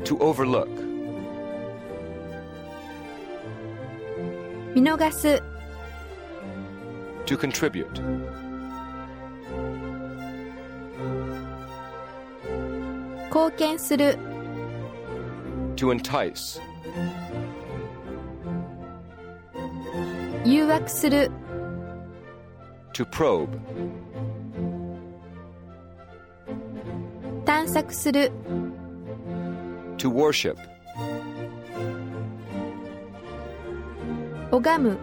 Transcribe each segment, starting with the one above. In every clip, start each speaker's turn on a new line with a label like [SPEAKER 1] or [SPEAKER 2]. [SPEAKER 1] look.
[SPEAKER 2] 見逃す
[SPEAKER 1] To contribute.
[SPEAKER 2] 貢献する
[SPEAKER 1] To entice.
[SPEAKER 2] 誘惑する
[SPEAKER 1] To probe.
[SPEAKER 2] 探索する
[SPEAKER 1] To worship.
[SPEAKER 2] 拝む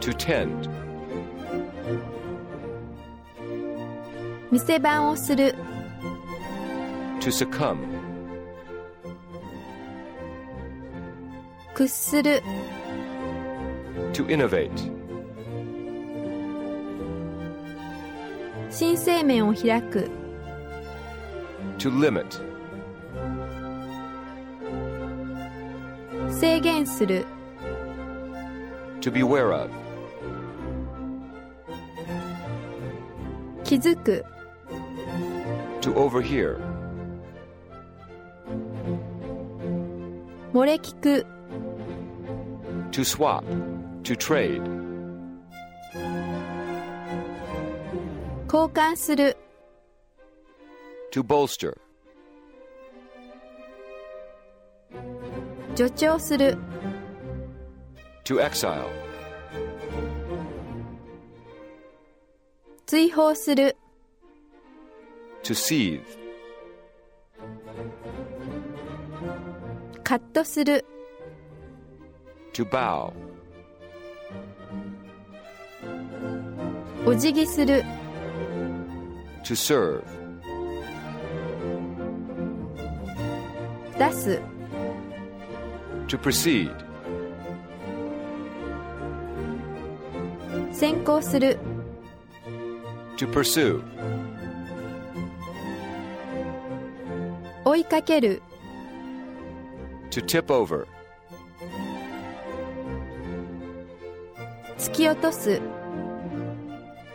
[SPEAKER 1] To tend.
[SPEAKER 2] 店番をする
[SPEAKER 1] To succumb.
[SPEAKER 2] 屈する
[SPEAKER 1] To innovate.
[SPEAKER 2] 新生面を開く
[SPEAKER 1] To limit.
[SPEAKER 2] 制限する
[SPEAKER 1] To beware of.
[SPEAKER 2] 気づく
[SPEAKER 1] To overhear.
[SPEAKER 2] 漏れ聞く
[SPEAKER 1] To swap. To trade.
[SPEAKER 2] 交換する
[SPEAKER 1] To bolster.
[SPEAKER 2] 助長する
[SPEAKER 1] To exile.
[SPEAKER 2] 追放する
[SPEAKER 1] To seethe.
[SPEAKER 2] カットする
[SPEAKER 1] To bow.
[SPEAKER 2] お辞儀する
[SPEAKER 1] To serve.
[SPEAKER 2] 出す
[SPEAKER 1] To proceed.
[SPEAKER 2] 先行する
[SPEAKER 1] To pursue.
[SPEAKER 2] 追いかける
[SPEAKER 1] To tip over.
[SPEAKER 2] 突き落とす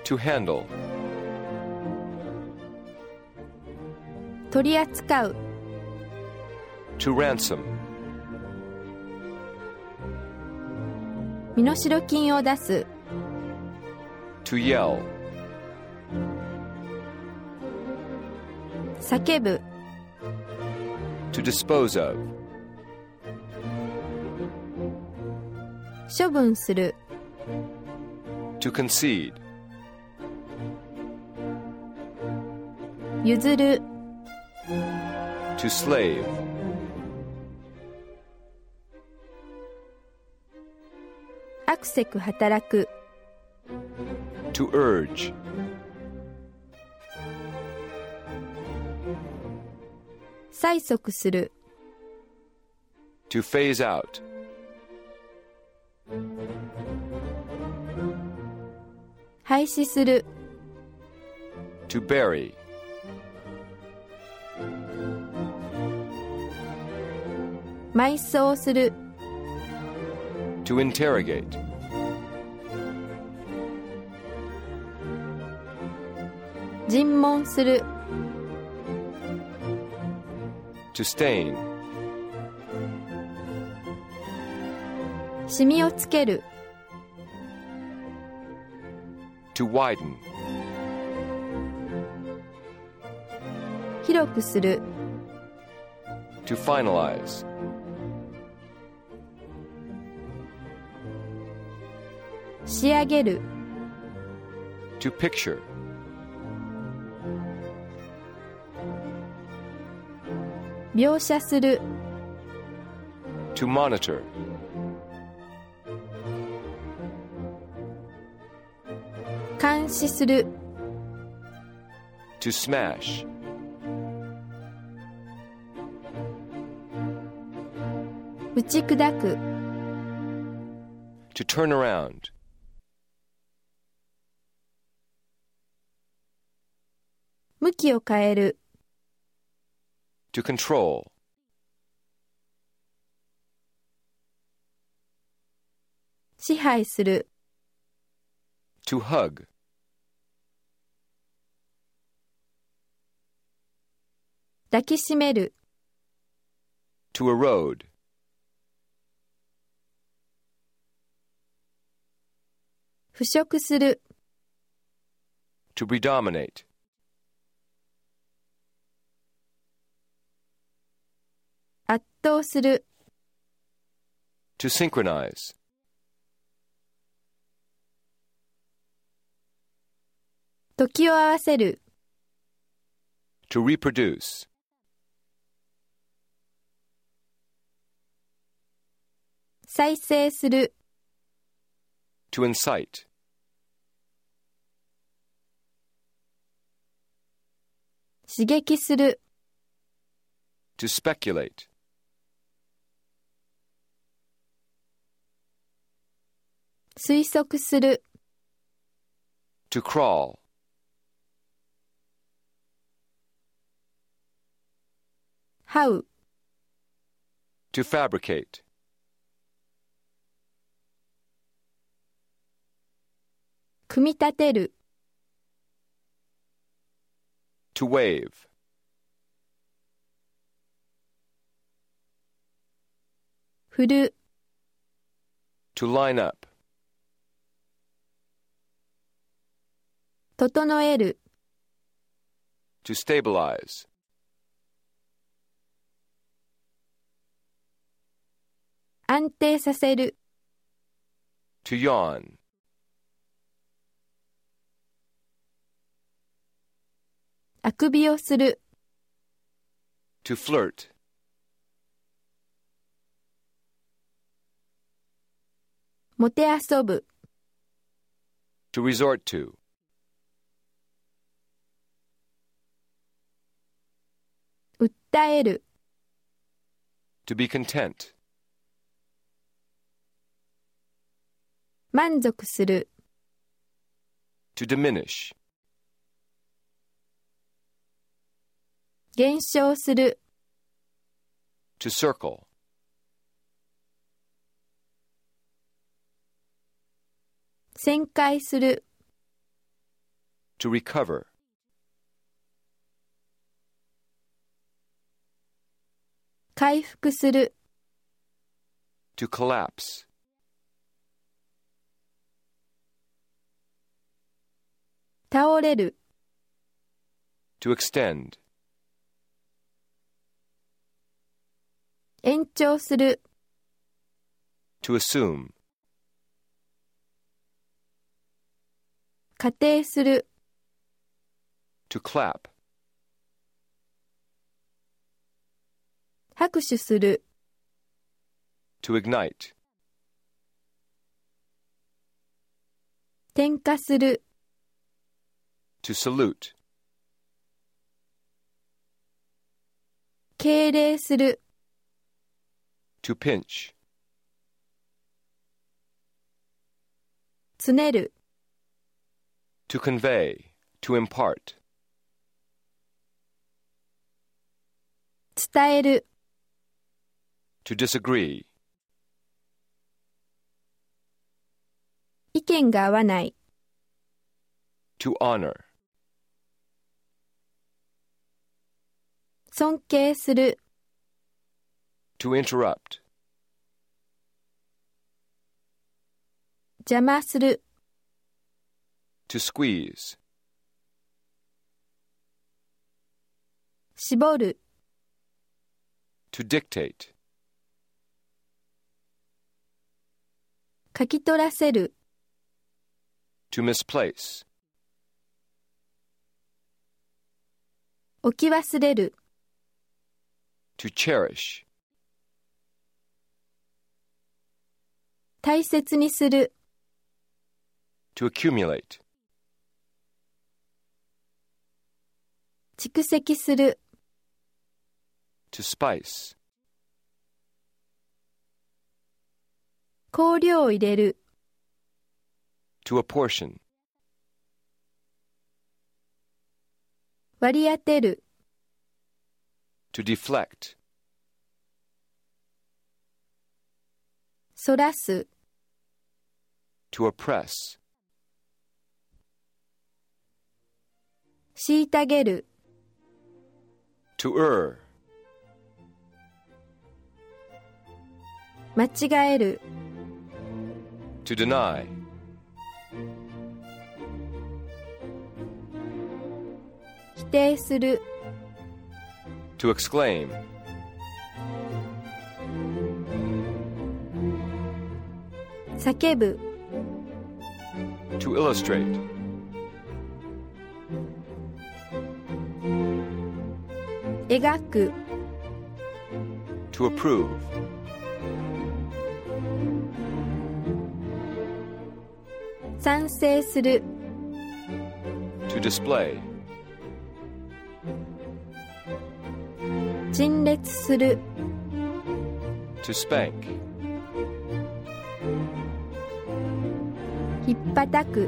[SPEAKER 1] To handle.
[SPEAKER 2] 取り扱う
[SPEAKER 1] To ransom.
[SPEAKER 2] 身代金を出す
[SPEAKER 1] To yell.
[SPEAKER 2] 叫ぶ
[SPEAKER 1] To dispose of.
[SPEAKER 2] 処分する
[SPEAKER 1] To concede.
[SPEAKER 2] 譲る
[SPEAKER 1] To slave.
[SPEAKER 2] 悪せく働く
[SPEAKER 1] To urge.
[SPEAKER 2] 催促する
[SPEAKER 1] To phase out.
[SPEAKER 2] 廃止する
[SPEAKER 1] To bury.
[SPEAKER 2] 埋葬する
[SPEAKER 1] To interrogate.
[SPEAKER 2] 尋問する
[SPEAKER 1] To stain.
[SPEAKER 2] シミをつける
[SPEAKER 1] To widen.
[SPEAKER 2] 広くする
[SPEAKER 1] To finalize.
[SPEAKER 2] 仕上げる
[SPEAKER 1] To picture.
[SPEAKER 2] 描写する
[SPEAKER 1] To monitor.
[SPEAKER 2] 監視する
[SPEAKER 1] To smash.
[SPEAKER 2] 打ち砕く
[SPEAKER 1] To turn around.
[SPEAKER 2] 向きを変える
[SPEAKER 1] To control.
[SPEAKER 2] 支配する
[SPEAKER 1] To hug.
[SPEAKER 2] 抱きしめる
[SPEAKER 1] to erode,
[SPEAKER 2] 腐食する、
[SPEAKER 1] to predominate,
[SPEAKER 2] 圧倒する、
[SPEAKER 1] to synchronize,
[SPEAKER 2] 時を合わせる、
[SPEAKER 1] to reproduce,
[SPEAKER 2] 再生する、
[SPEAKER 1] to incite,
[SPEAKER 2] 刺激する、
[SPEAKER 1] to speculate,
[SPEAKER 2] 推測する、
[SPEAKER 1] to crawl,
[SPEAKER 2] 這う、
[SPEAKER 1] to fabricate,
[SPEAKER 2] 組み立てる、
[SPEAKER 1] to wave,
[SPEAKER 2] 振る、
[SPEAKER 1] to line up,
[SPEAKER 2] 整える、
[SPEAKER 1] to stabilize,
[SPEAKER 2] 安定させる、
[SPEAKER 1] to yawn,
[SPEAKER 2] あくびをする、
[SPEAKER 1] to flirt,
[SPEAKER 2] もてあそぶ、
[SPEAKER 1] to resort to,
[SPEAKER 2] 訴える、
[SPEAKER 1] to be content,
[SPEAKER 2] 満足する、
[SPEAKER 1] to diminish,
[SPEAKER 2] 減少する、
[SPEAKER 1] to circle,
[SPEAKER 2] 旋回する、
[SPEAKER 1] to recover,
[SPEAKER 2] 回復する、
[SPEAKER 1] to collapse,
[SPEAKER 2] 倒れる、
[SPEAKER 1] to extend,
[SPEAKER 2] 延長する、
[SPEAKER 1] to assume,
[SPEAKER 2] 仮定する、
[SPEAKER 1] to clap,
[SPEAKER 2] 拍手する、
[SPEAKER 1] to ignite,
[SPEAKER 2] 点火する、
[SPEAKER 1] to salute,
[SPEAKER 2] 敬礼する、
[SPEAKER 1] to pinch,
[SPEAKER 2] つねる、
[SPEAKER 1] to convey, to impart,
[SPEAKER 2] 伝える、
[SPEAKER 1] to disagree,
[SPEAKER 2] 意見が合わない、
[SPEAKER 1] to honor,
[SPEAKER 2] 尊敬する、
[SPEAKER 1] to interrupt,
[SPEAKER 2] 邪魔する、
[SPEAKER 1] to squeeze,
[SPEAKER 2] 絞る、
[SPEAKER 1] to dictate,
[SPEAKER 2] 書き取らせる、
[SPEAKER 1] to misplace,
[SPEAKER 2] 置き忘れる、
[SPEAKER 1] to cherish,
[SPEAKER 2] 大切にする、
[SPEAKER 1] to accumulate,
[SPEAKER 2] 蓄積する、
[SPEAKER 1] to spice,
[SPEAKER 2] 香料を入れる、
[SPEAKER 1] to apportion,
[SPEAKER 2] 割り当てる、
[SPEAKER 1] to deflect,
[SPEAKER 2] そらす、
[SPEAKER 1] to oppress,
[SPEAKER 2] 虐げる、
[SPEAKER 1] to err,
[SPEAKER 2] 間違える
[SPEAKER 1] to deny,
[SPEAKER 2] 否定する
[SPEAKER 1] to exclaim,
[SPEAKER 2] 叫ぶ
[SPEAKER 1] to illustrate,
[SPEAKER 2] 描く
[SPEAKER 1] to approve,
[SPEAKER 2] 賛成する
[SPEAKER 1] to display,
[SPEAKER 2] 陳列する
[SPEAKER 1] to spank,
[SPEAKER 2] ひっぱたく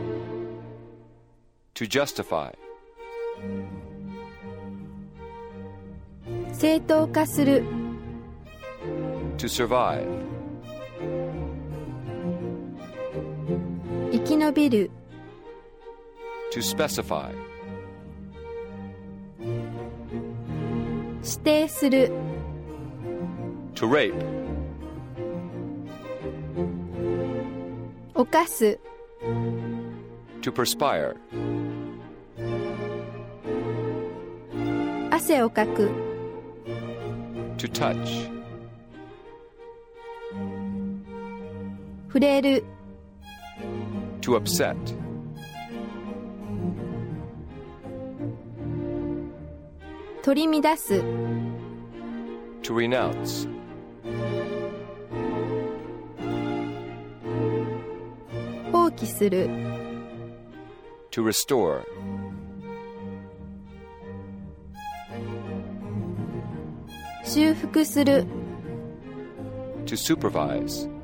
[SPEAKER 1] to justify,
[SPEAKER 2] 正当化する
[SPEAKER 1] to survive,
[SPEAKER 2] 生き延びる
[SPEAKER 1] to specify,
[SPEAKER 2] 指定する
[SPEAKER 1] to rape,
[SPEAKER 2] 犯す
[SPEAKER 1] to perspire,
[SPEAKER 2] 汗をかく
[SPEAKER 1] to touch,
[SPEAKER 2] 触れる
[SPEAKER 1] to upset,
[SPEAKER 2] 取り乱す
[SPEAKER 1] to renounce,
[SPEAKER 2] 放棄する
[SPEAKER 1] to restore,
[SPEAKER 2] 修復する
[SPEAKER 1] to supervise,